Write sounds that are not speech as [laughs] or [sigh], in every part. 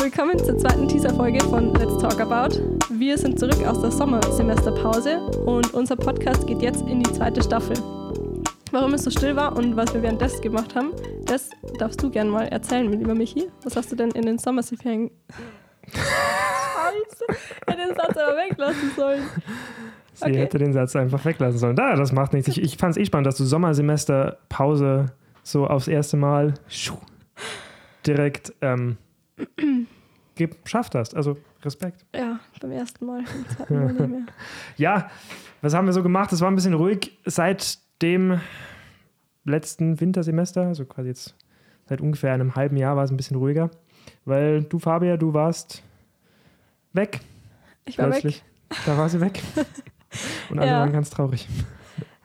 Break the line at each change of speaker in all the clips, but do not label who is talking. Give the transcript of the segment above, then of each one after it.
willkommen zur zweiten Teaser-Folge von Let's Talk About. Wir sind zurück aus der Sommersemesterpause und unser Podcast geht jetzt in die zweite Staffel. Warum es so still war und was wir währenddessen gemacht haben, das darfst du gern mal erzählen, mein lieber Michi. Was hast du denn in den Sommerferien... [laughs] Scheiße, ich hätte den Satz aber weglassen sollen.
Sie
Okay.
hätte den Satz einfach weglassen sollen. Da, das macht nichts. Ich, ich fand es eh spannend, dass du Sommersemester, Pause, so aufs erste Mal schuh, direkt ähm, geschafft hast. Also Respekt.
Ja, beim ersten [laughs] Mal, beim zweiten Mal nicht mehr.
Ja, was haben wir so gemacht? Es war ein bisschen ruhig seit dem letzten Wintersemester, also quasi jetzt seit ungefähr einem halben Jahr war es ein bisschen ruhiger, weil du, Fabia, du warst weg
Ich war weg.
plötzlich. Da war
[laughs]
sie weg. Und alle
Ja.
waren ganz traurig.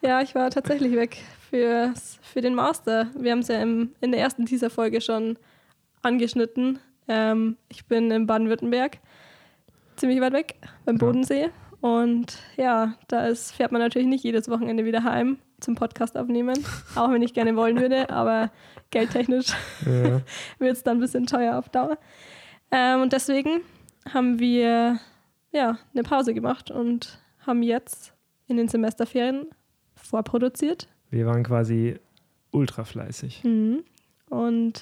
Ja, ich war tatsächlich weg fürs, für den Master. Wir haben es ja im, in der ersten Teaser-Folge schon angeschnitten. Ähm, ich bin in Baden-Württemberg, ziemlich weit weg, beim
Ja.
Bodensee. Und ja, da ist, fährt man natürlich nicht jedes Wochenende wieder heim zum Podcast aufnehmen, auch wenn ich gerne wollen würde, aber geldtechnisch
Ja.
wird es dann ein bisschen teuer auf Dauer. Ähm, und deswegen haben wir ja, eine Pause gemacht und haben jetzt in den Semesterferien vorproduziert
Wir waren quasi ultra fleißig.
und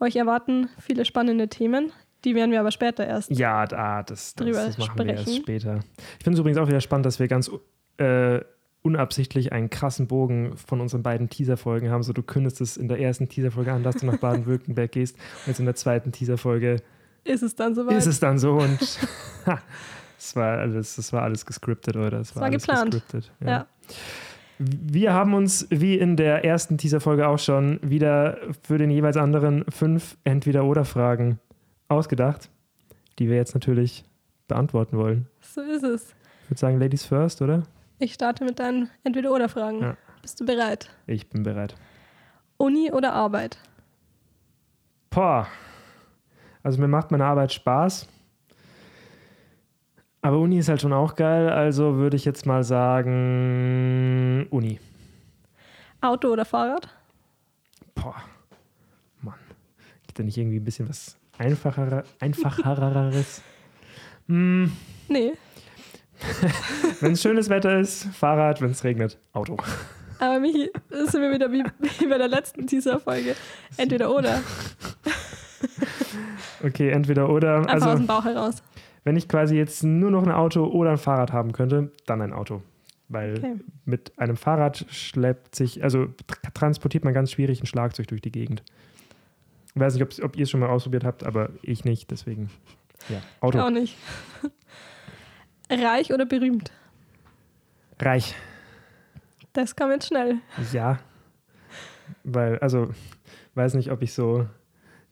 euch erwarten viele spannende Themen. Die werden wir aber später erst.
Ja, da, das, das,
Drüber
das machen wir erst
sprechen.
später. Ich finde es übrigens auch wieder spannend, dass wir ganz äh, unabsichtlich einen krassen Bogen von unseren beiden Teaser-Folgen haben. So, du kündigst es in der ersten Teaser-Folge an, dass du nach Baden-Württemberg [laughs] gehst. Und jetzt in der zweiten Teaser-Folge
Ist es dann soweit?
ist es dann so. Und [laughs] ha, es war alles, das war alles gescriptet, oder? Es
war
alles
geplant.
Gescriptet, ja.
ja.
Wir haben uns, wie in der ersten Teaser-Folge auch schon, wieder für den jeweils anderen fünf Entweder-Oder-Fragen ausgedacht, die wir jetzt natürlich beantworten wollen.
so ist es.
Ich würde sagen, Ladies first, oder?
Ich starte mit deinen Entweder-Oder-Fragen.
Ja.
Bist du bereit?
Ich bin bereit.
Uni oder Arbeit?
Boah. Also mir macht meine Arbeit Spaß. Aber Uni ist halt schon auch geil, also würde ich jetzt mal sagen, Uni.
Auto oder Fahrrad?
Boah. Mann. Gibt da nicht irgendwie ein bisschen was einfacherer, einfachereres? [laughs] mm,
Nee.
Wenn es schönes Wetter ist, Fahrrad, wenn es regnet, Auto.
Aber Michi, [laughs] das sind wir wieder wie, wie bei der letzten Teaser-Folge. Entweder oder.
Okay, entweder oder.
Einfach aus
also,
dem Bauch heraus.
wenn ich quasi jetzt nur noch ein Auto oder ein Fahrrad haben könnte, dann ein Auto. Weil
Okay.
mit einem Fahrrad schleppt sich, also tr- transportiert man ganz schwierig ein Schlagzeug durch die Gegend. Ich weiß nicht, ob's- ob ihr es schon mal ausprobiert habt, aber ich nicht, deswegen. Ja, Auto.
Auch nicht. Reich oder berühmt?
Reich.
Das kam jetzt schnell.
Ja. Weil, also, weiß nicht, ob ich so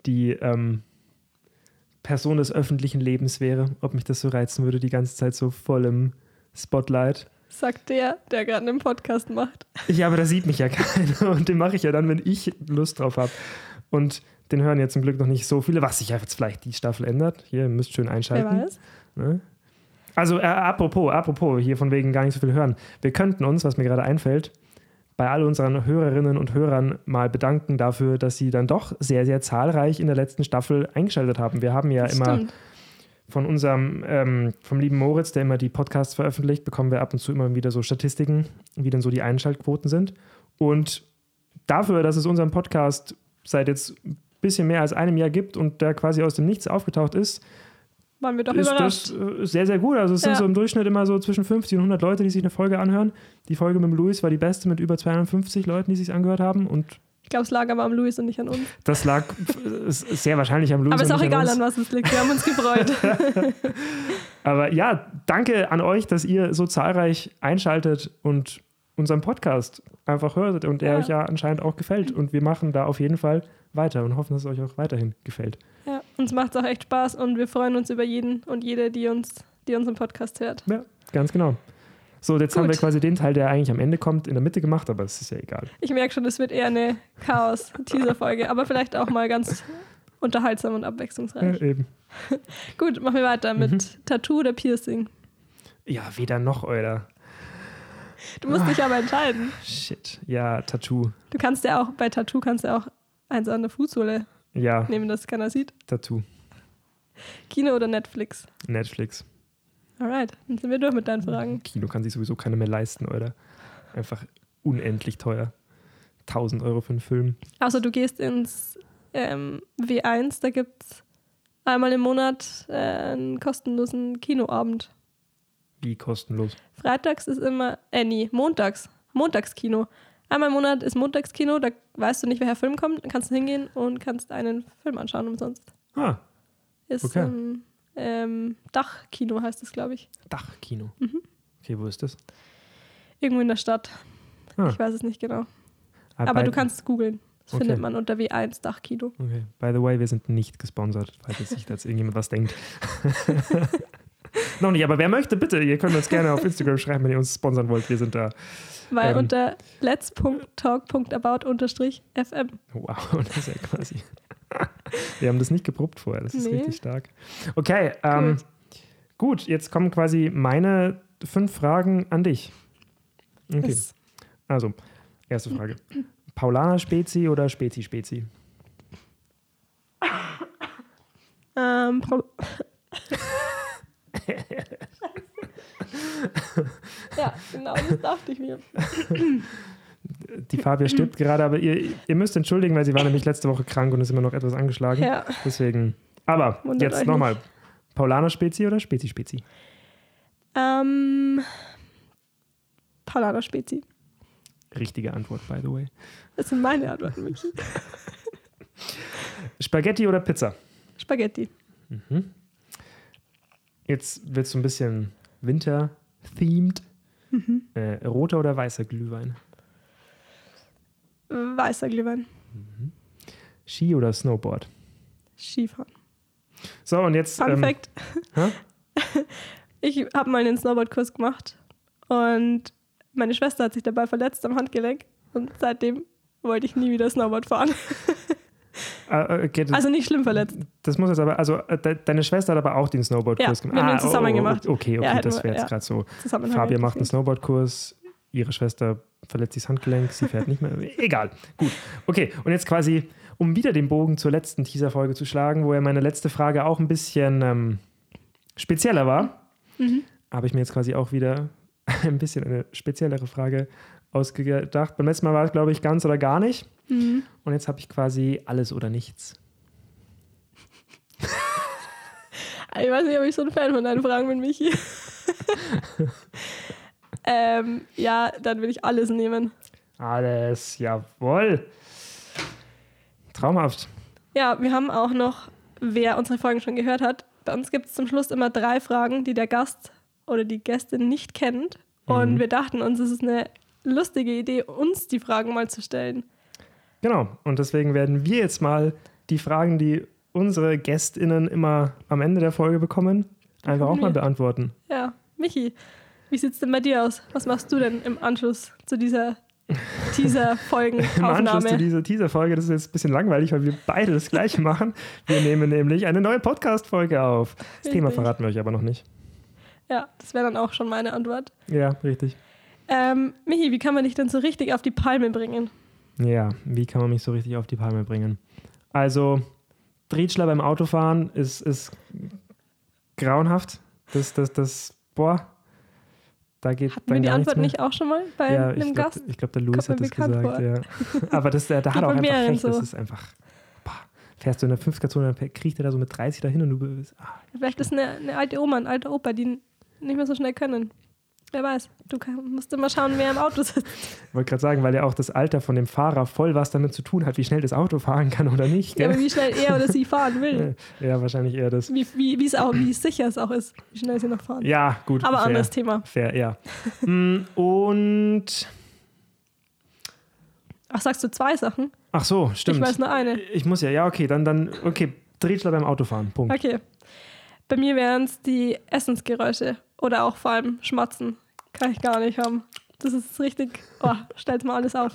die ähm, Person des öffentlichen Lebens wäre, ob mich das so reizen würde, die ganze Zeit so voll im Spotlight.
Sagt der, der gerade einen Podcast macht.
Ja, aber da sieht mich ja [laughs] keiner und den mache ich ja dann, wenn ich Lust drauf habe. Und den hören jetzt zum Glück noch nicht so viele, was sich ja jetzt vielleicht die Staffel ändert. Hier, ihr müsst schön
Wer
einschalten.
weiß?
Ne? Also, äh, apropos, apropos, hier von wegen gar nicht so viel hören. Wir könnten uns, was mir gerade einfällt, bei all unseren Hörerinnen und Hörern mal bedanken dafür, dass sie dann doch sehr, sehr zahlreich in der letzten Staffel eingeschaltet haben. Wir haben ja
Das
immer
Stimmt.
von unserem, ähm, vom lieben Moritz, der immer die Podcasts veröffentlicht, bekommen wir ab und zu immer wieder so Statistiken, wie denn so die Einschaltquoten sind. Und dafür, dass es unseren Podcast seit jetzt ein bisschen mehr als einem Jahr gibt und der quasi aus dem Nichts aufgetaucht ist,
Waren wir doch
ist
überrascht.
das äh, sehr, sehr gut. Also es
Ja.
sind so im Durchschnitt immer so zwischen 50 und 100 Leute, die sich eine Folge anhören. Die Folge mit dem Louis war die beste mit über 250 Leuten, die sich angehört haben. Und
Ich glaube, es lag aber am Luis und nicht an uns.
das lag [laughs] äh, sehr wahrscheinlich am Louis.
Aber ist
und
auch
nicht an
egal,
uns.
an was es liegt. Wir haben uns gefreut.
[laughs] Aber ja, danke an euch, dass ihr so zahlreich einschaltet und unseren Podcast einfach hört und der
Ja.
euch ja anscheinend auch gefällt. Und wir machen da auf jeden Fall weiter und hoffen, dass es euch auch weiterhin gefällt.
ja, uns macht es auch echt Spaß und wir freuen uns über jeden und jede, die uns die unseren Podcast hört.
Ja, ganz genau. So, jetzt haben
Gut.
wir quasi den Teil, der eigentlich am Ende kommt, in der Mitte gemacht, aber es ist ja egal.
Ich merke schon, es wird eher eine Chaos-Teaser-Folge, aber vielleicht auch mal ganz unterhaltsam und
Ja, Mhm.
abwechslungsreich.
eben.
Gut, machen wir weiter mit Tattoo oder Piercing.
ja weder noch, Euler.
Du
Ah.
musst dich aber entscheiden.
Shit. Ja, Tattoo.
Du kannst ja auch, bei Tattoo kannst du ja auch eins an der Fußsohle
Ja,
nehmen, dass keiner sieht.
Tattoo.
Kino oder Netflix?
Netflix.
Alright, dann sind wir durch mit deinen Fragen.
Kino kann sich sowieso keiner mehr leisten, oder? Einfach unendlich teuer. 1000 Euro für einen Film.
Also du gehst ins ähm, W1, da gibt es einmal im Monat äh, einen kostenlosen Kinoabend.
Wie kostenlos.
Freitags ist immer, äh nee, montags, Montagskino. Einmal im Monat ist Montagskino, da weißt du nicht, welcher Film kommt, dann kannst du hingehen und kannst einen Film anschauen umsonst.
Ah,
Ist
Okay.
ein ähm, Dachkino heißt es, glaube ich.
Dachkino.
Mhm.
Okay, wo ist das?
Irgendwo in der Stadt.
Ah.
Ich weiß es nicht genau.
Ah,
Aber
bei-
du kannst es googeln. Das
Okay.
findet man unter W1 Dachkino.
Okay. By the way, wir sind nicht gesponsert, falls jetzt sich da jetzt irgendjemand was denkt. [laughs] Noch nicht, aber wer möchte, bitte, ihr könnt uns gerne auf Instagram schreiben, wenn ihr uns sponsern wollt. Wir sind da.
Weil
Ähm.
unter lets.talk.about-fm.
Wow, [laughs] das ist ja quasi. wir haben das nicht geprobt vorher, das ist
Nee.
richtig stark. Okay, ähm, gut. jetzt kommen quasi meine fünf Fragen an dich. Okay,
Das-
also, erste Frage. Paulaner Spezi oder Spezi Spezi?
Ähm, Pro [laughs] ja, genau, das dachte ich mir.
Die Fabia
[laughs]
stirbt gerade, aber ihr, ihr müsst entschuldigen, weil sie war nämlich letzte Woche krank und ist immer noch etwas angeschlagen.
Ja,
Deswegen. Aber
Wundert
jetzt
euch
nochmal. Paulaner Spezi oder Spezi Spezi?
ähm, Paulaner Spezi.
Richtige Antwort, by the way.
Das sind meine Antworten, Michi.
Spaghetti oder Pizza?
Spaghetti.
Mhm. Jetzt wird es so ein bisschen winter-themed.
Mhm.
Äh, roter oder weißer Glühwein?
Weißer Glühwein.
Ski oder Snowboard?
Skifahren.
So, und jetzt. ähm,
Fun Fact.
hä?
[laughs] Ich habe mal einen Snowboardkurs gemacht und meine Schwester hat sich dabei verletzt am Handgelenk und seitdem wollte ich nie wieder Snowboard fahren.
Äh, okay, das,
Also nicht schlimm verletzt.
das muss jetzt aber. Also, äh, de, deine Schwester hat aber auch den Snowboard-Kurs Ah, oh,
Ja, wir haben ihn zusammen gemacht.
Okay, okay,
Ja, hätten
das
wir-
wäre jetzt
ja.
gerade so.
Zusammen
Fabia macht einen Snowboardkurs, ihre Schwester verletzt sich das Handgelenk, sie fährt nicht mehr. [laughs] Egal. Gut. Okay, und jetzt quasi, um wieder den Bogen zur letzten Teaser-Folge zu schlagen, wo ja meine letzte Frage auch ein bisschen ähm, spezieller war, habe ich mir jetzt quasi auch wieder [laughs] ein bisschen eine speziellere Frage ausgedacht. Beim letzten Mal war es, glaube ich, ganz oder gar nicht. Und jetzt habe ich quasi alles oder nichts.
Ich weiß nicht, ob ich so ein Fan von deinen Fragen bin,
[laughs]
Michi. [laughs] ähm, ja, dann will ich alles nehmen.
Alles, jawohl. Traumhaft.
Ja, wir haben auch noch, wer unsere Folgen schon gehört hat, bei uns gibt es zum Schluss immer drei Fragen, die der Gast oder die Gäste nicht kennt.
Mhm.
Und wir dachten uns, es ist eine lustige Idee, uns die Fragen mal zu stellen.
Genau, und deswegen werden wir jetzt mal die Fragen, die unsere GästInnen immer am Ende der Folge bekommen, einfach auch
[laughs]
mal beantworten.
Ja, Michi, wie sieht es denn bei dir aus? Was machst du denn im Anschluss zu
[laughs]
dieser
Im Anschluss zu
Teaser-Folgenaufnahme?
dieser Teaser-Folge, das ist jetzt ein bisschen langweilig, weil wir beide
[laughs]
das Gleiche machen. Wir nehmen nämlich eine neue Podcast-Folge auf. Das
Richtig.
Thema verraten wir euch aber noch nicht.
Ja, das wäre dann auch schon meine Antwort.
Ja, richtig.
Ähm, Michi, wie kann man dich denn so richtig auf die Palme bringen?
Ja, wie kann man mich so richtig auf die Palme bringen? Also, Drietschler beim Autofahren ist, ist grauenhaft. Das, das, das, boah, da geht
Hatten
dann
wir die
gar nichts
Antwort
mehr.
nicht auch schon mal bei
ja,
einem
ich glaub,
Gast?
Ich glaube, der Luis
Kommt mir
hat das
bekannt
gesagt,
vor.
ja. Aber das, der, der hat
Die
auch
von
einfach
mehreren
recht. Das
so.
ist einfach. Boah, fährst du in der 5er-Zone, dann kriegt er da so mit 30 dahin und du bist. Ah,
Vielleicht ist eine, eine alte Oma, ein alter Opa, die n- nicht mehr so schnell können. Wer weiß. Du kann, musst immer schauen, wer im Auto sitzt.
ich wollte gerade sagen, weil ja auch das Alter von dem Fahrer voll was damit zu tun hat, wie schnell das Auto fahren kann oder nicht.
Ja, aber
Gell?
wie schnell er oder sie fahren will.
Ja, wahrscheinlich eher das.
Wie, wie, wie's auch, wie sicher es auch ist, wie schnell sie noch fahren.
Ja, gut.
aber
fair,
anderes Thema.
Fair, ja. Mm, und.
Ach, sagst du zwei Sachen?
Ach so, stimmt.
Ich weiß nur eine.
Ich muss ja, ja, okay, dann, dann, okay, Drehschlag beim Autofahren, Punkt.
Okay. Bei mir wären es die Essensgeräusche oder auch vor allem Schmatzen. Kann ich gar nicht haben. Das ist richtig. Oh, stellt mal alles auf.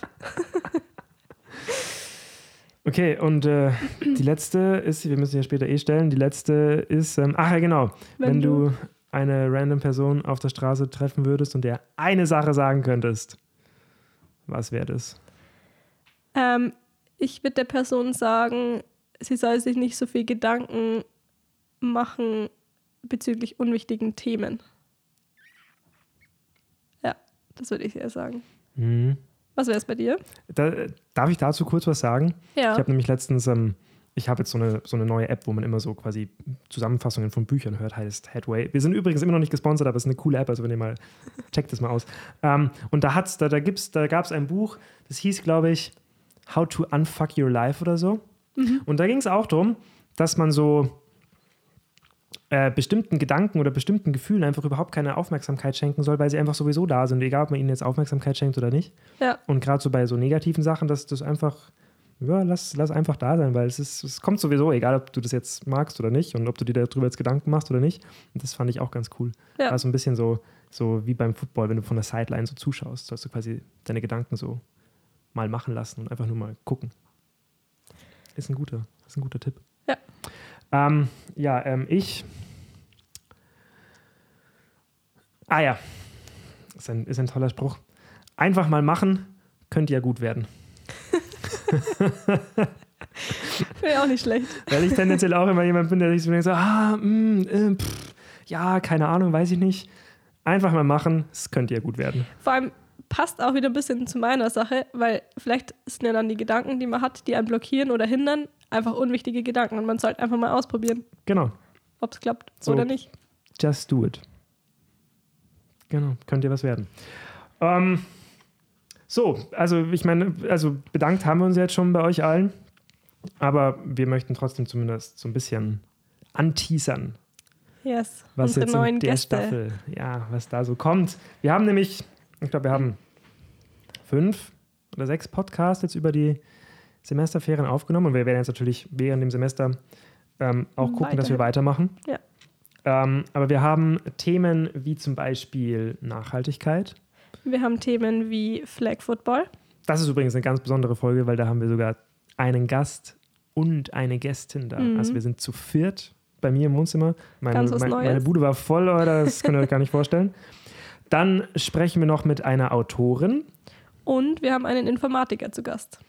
Okay, und äh, die letzte ist, wir müssen ja später eh stellen, die letzte ist, ähm, ach ja genau, wenn,
Wenn
du, eine random Person auf der Straße treffen würdest und der eine Sache sagen könntest, was wäre das?
Ähm, ich würde der Person sagen, sie soll sich nicht so viel Gedanken machen bezüglich unwichtigen Themen. Ja, das würde ich eher sagen.
Mhm.
Was wäre es bei dir?
Da, darf ich dazu kurz was sagen?
Ja.
Ich habe nämlich letztens, ähm, ich habe jetzt so eine, so eine neue App, wo man immer so quasi Zusammenfassungen von Büchern hört, heißt Headway. Wir sind übrigens immer noch nicht gesponsert, aber es ist eine coole App, also wenn ihr mal, checkt das mal aus. Ähm, und da, hat's, da, da, gibt's- da gab es ein Buch, das hieß, glaube ich, How to Unfuck Your Life oder so.
Mhm.
Und da ging es auch darum, dass man so äh, bestimmten Gedanken oder bestimmten Gefühlen einfach überhaupt keine Aufmerksamkeit schenken soll, weil sie einfach sowieso da sind, egal ob man ihnen jetzt Aufmerksamkeit schenkt oder nicht.
Ja.
Und gerade so bei so negativen Sachen, dass das einfach, ja, lass, lass einfach da sein, weil es, ist, es kommt sowieso, egal ob du das jetzt magst oder nicht und ob du dir darüber jetzt Gedanken machst oder nicht. Und das fand ich auch ganz cool.
Ja.
Also ein bisschen so, so wie beim Football, wenn du von der Sideline so zuschaust, sollst du quasi deine Gedanken so mal machen lassen und einfach nur mal gucken. Ist ein guter, ist ein guter Tipp.
Ja.
Ähm, ja, ähm, ich. Ah ja, ist ein, ist ein toller Spruch. Einfach mal machen, könnte ja gut werden.
Wäre ja auch nicht schlecht.
Weil ich tendenziell auch immer jemand bin, der sich so denkt, so, ah, mm, äh, pff, ja, keine Ahnung, weiß ich nicht. Einfach mal machen, es könnte ja gut werden.
Vor allem passt auch wieder ein bisschen zu meiner Sache, weil vielleicht sind ja dann die Gedanken, die man hat, die einen blockieren oder hindern, einfach unwichtige Gedanken. Und man sollte einfach mal ausprobieren,
Genau,
ob es klappt
So.
oder nicht.
just do it. Genau, könnte ja was werden. Ähm, so, also ich meine, also bedankt haben wir uns jetzt schon bei euch allen, aber wir möchten trotzdem zumindest so ein bisschen anteasern,
Yes.
was
Unsere
jetzt
neuen
in der
Gäste.
Staffel, ja, was da so kommt. Wir haben nämlich, ich glaube, wir haben fünf oder sechs Podcasts jetzt über die Semesterferien aufgenommen und wir werden jetzt natürlich während dem Semester ähm, auch gucken, dass wir weitermachen.
Ja.
Ähm, aber wir haben Themen wie zum Beispiel Nachhaltigkeit.
Wir haben Themen wie Flag Football.
Das ist übrigens eine ganz besondere Folge, weil da haben wir sogar einen Gast und eine Gästin da.
Mhm.
Also wir sind zu viert bei mir im Wohnzimmer. Meine,
Ganz was
mein,
Neues.
meine Bude war voll, oder? Das könnt ihr euch gar nicht vorstellen. Dann sprechen wir noch mit einer Autorin.
Und wir haben einen Informatiker zu Gast.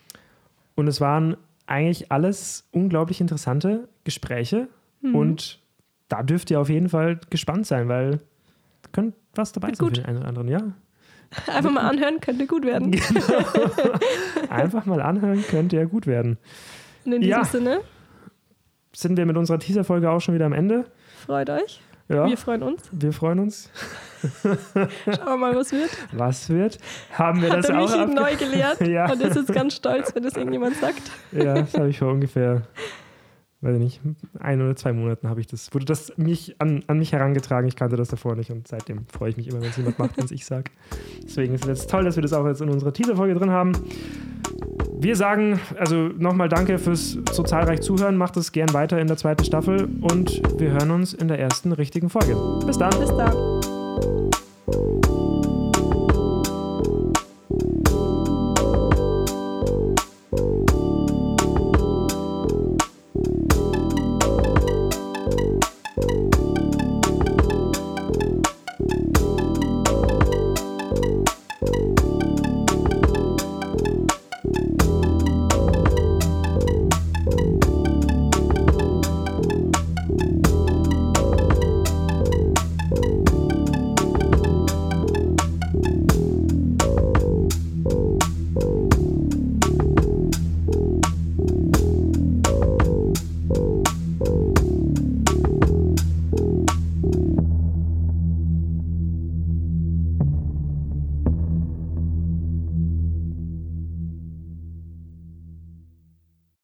Und es waren eigentlich alles unglaublich interessante Gespräche.
Mhm.
Und da dürft ihr auf jeden Fall gespannt sein, weil könnte was dabei
Wird
sein
gut.
für den einen oder anderen, ja.
Einfach mal anhören, könnte gut werden.
Einfach mal anhören, könnte ja gut werden.
Und in diesem
Ja.
Sinne,
Sind wir mit unserer Teaser-Folge auch schon wieder am Ende?
freut euch.
Ja,
Wir freuen uns.
wir freuen uns.
Schauen wir mal, was wird.
was wird, haben wir
Hat
das
der
auch
Michi
abge
neu gelehrt
[laughs] Ja.
und ist jetzt ganz stolz, wenn das irgendjemand sagt.
Ja, das habe ich vor ungefähr, weiß ich nicht, ein oder zwei Monaten habe ich das, wurde das mich an, an mich herangetragen. Ich kannte das davor nicht und seitdem freue ich mich immer, wenn es jemand macht, wenn es ich sage. Deswegen ist es jetzt toll, dass wir das auch jetzt in unserer Teaser-Folge drin haben. Wir sagen, also nochmal danke fürs so zahlreich Zuhören. Macht es gern weiter in der zweiten Staffel und wir hören uns in der ersten richtigen Folge. Bis dann.
Bis dann.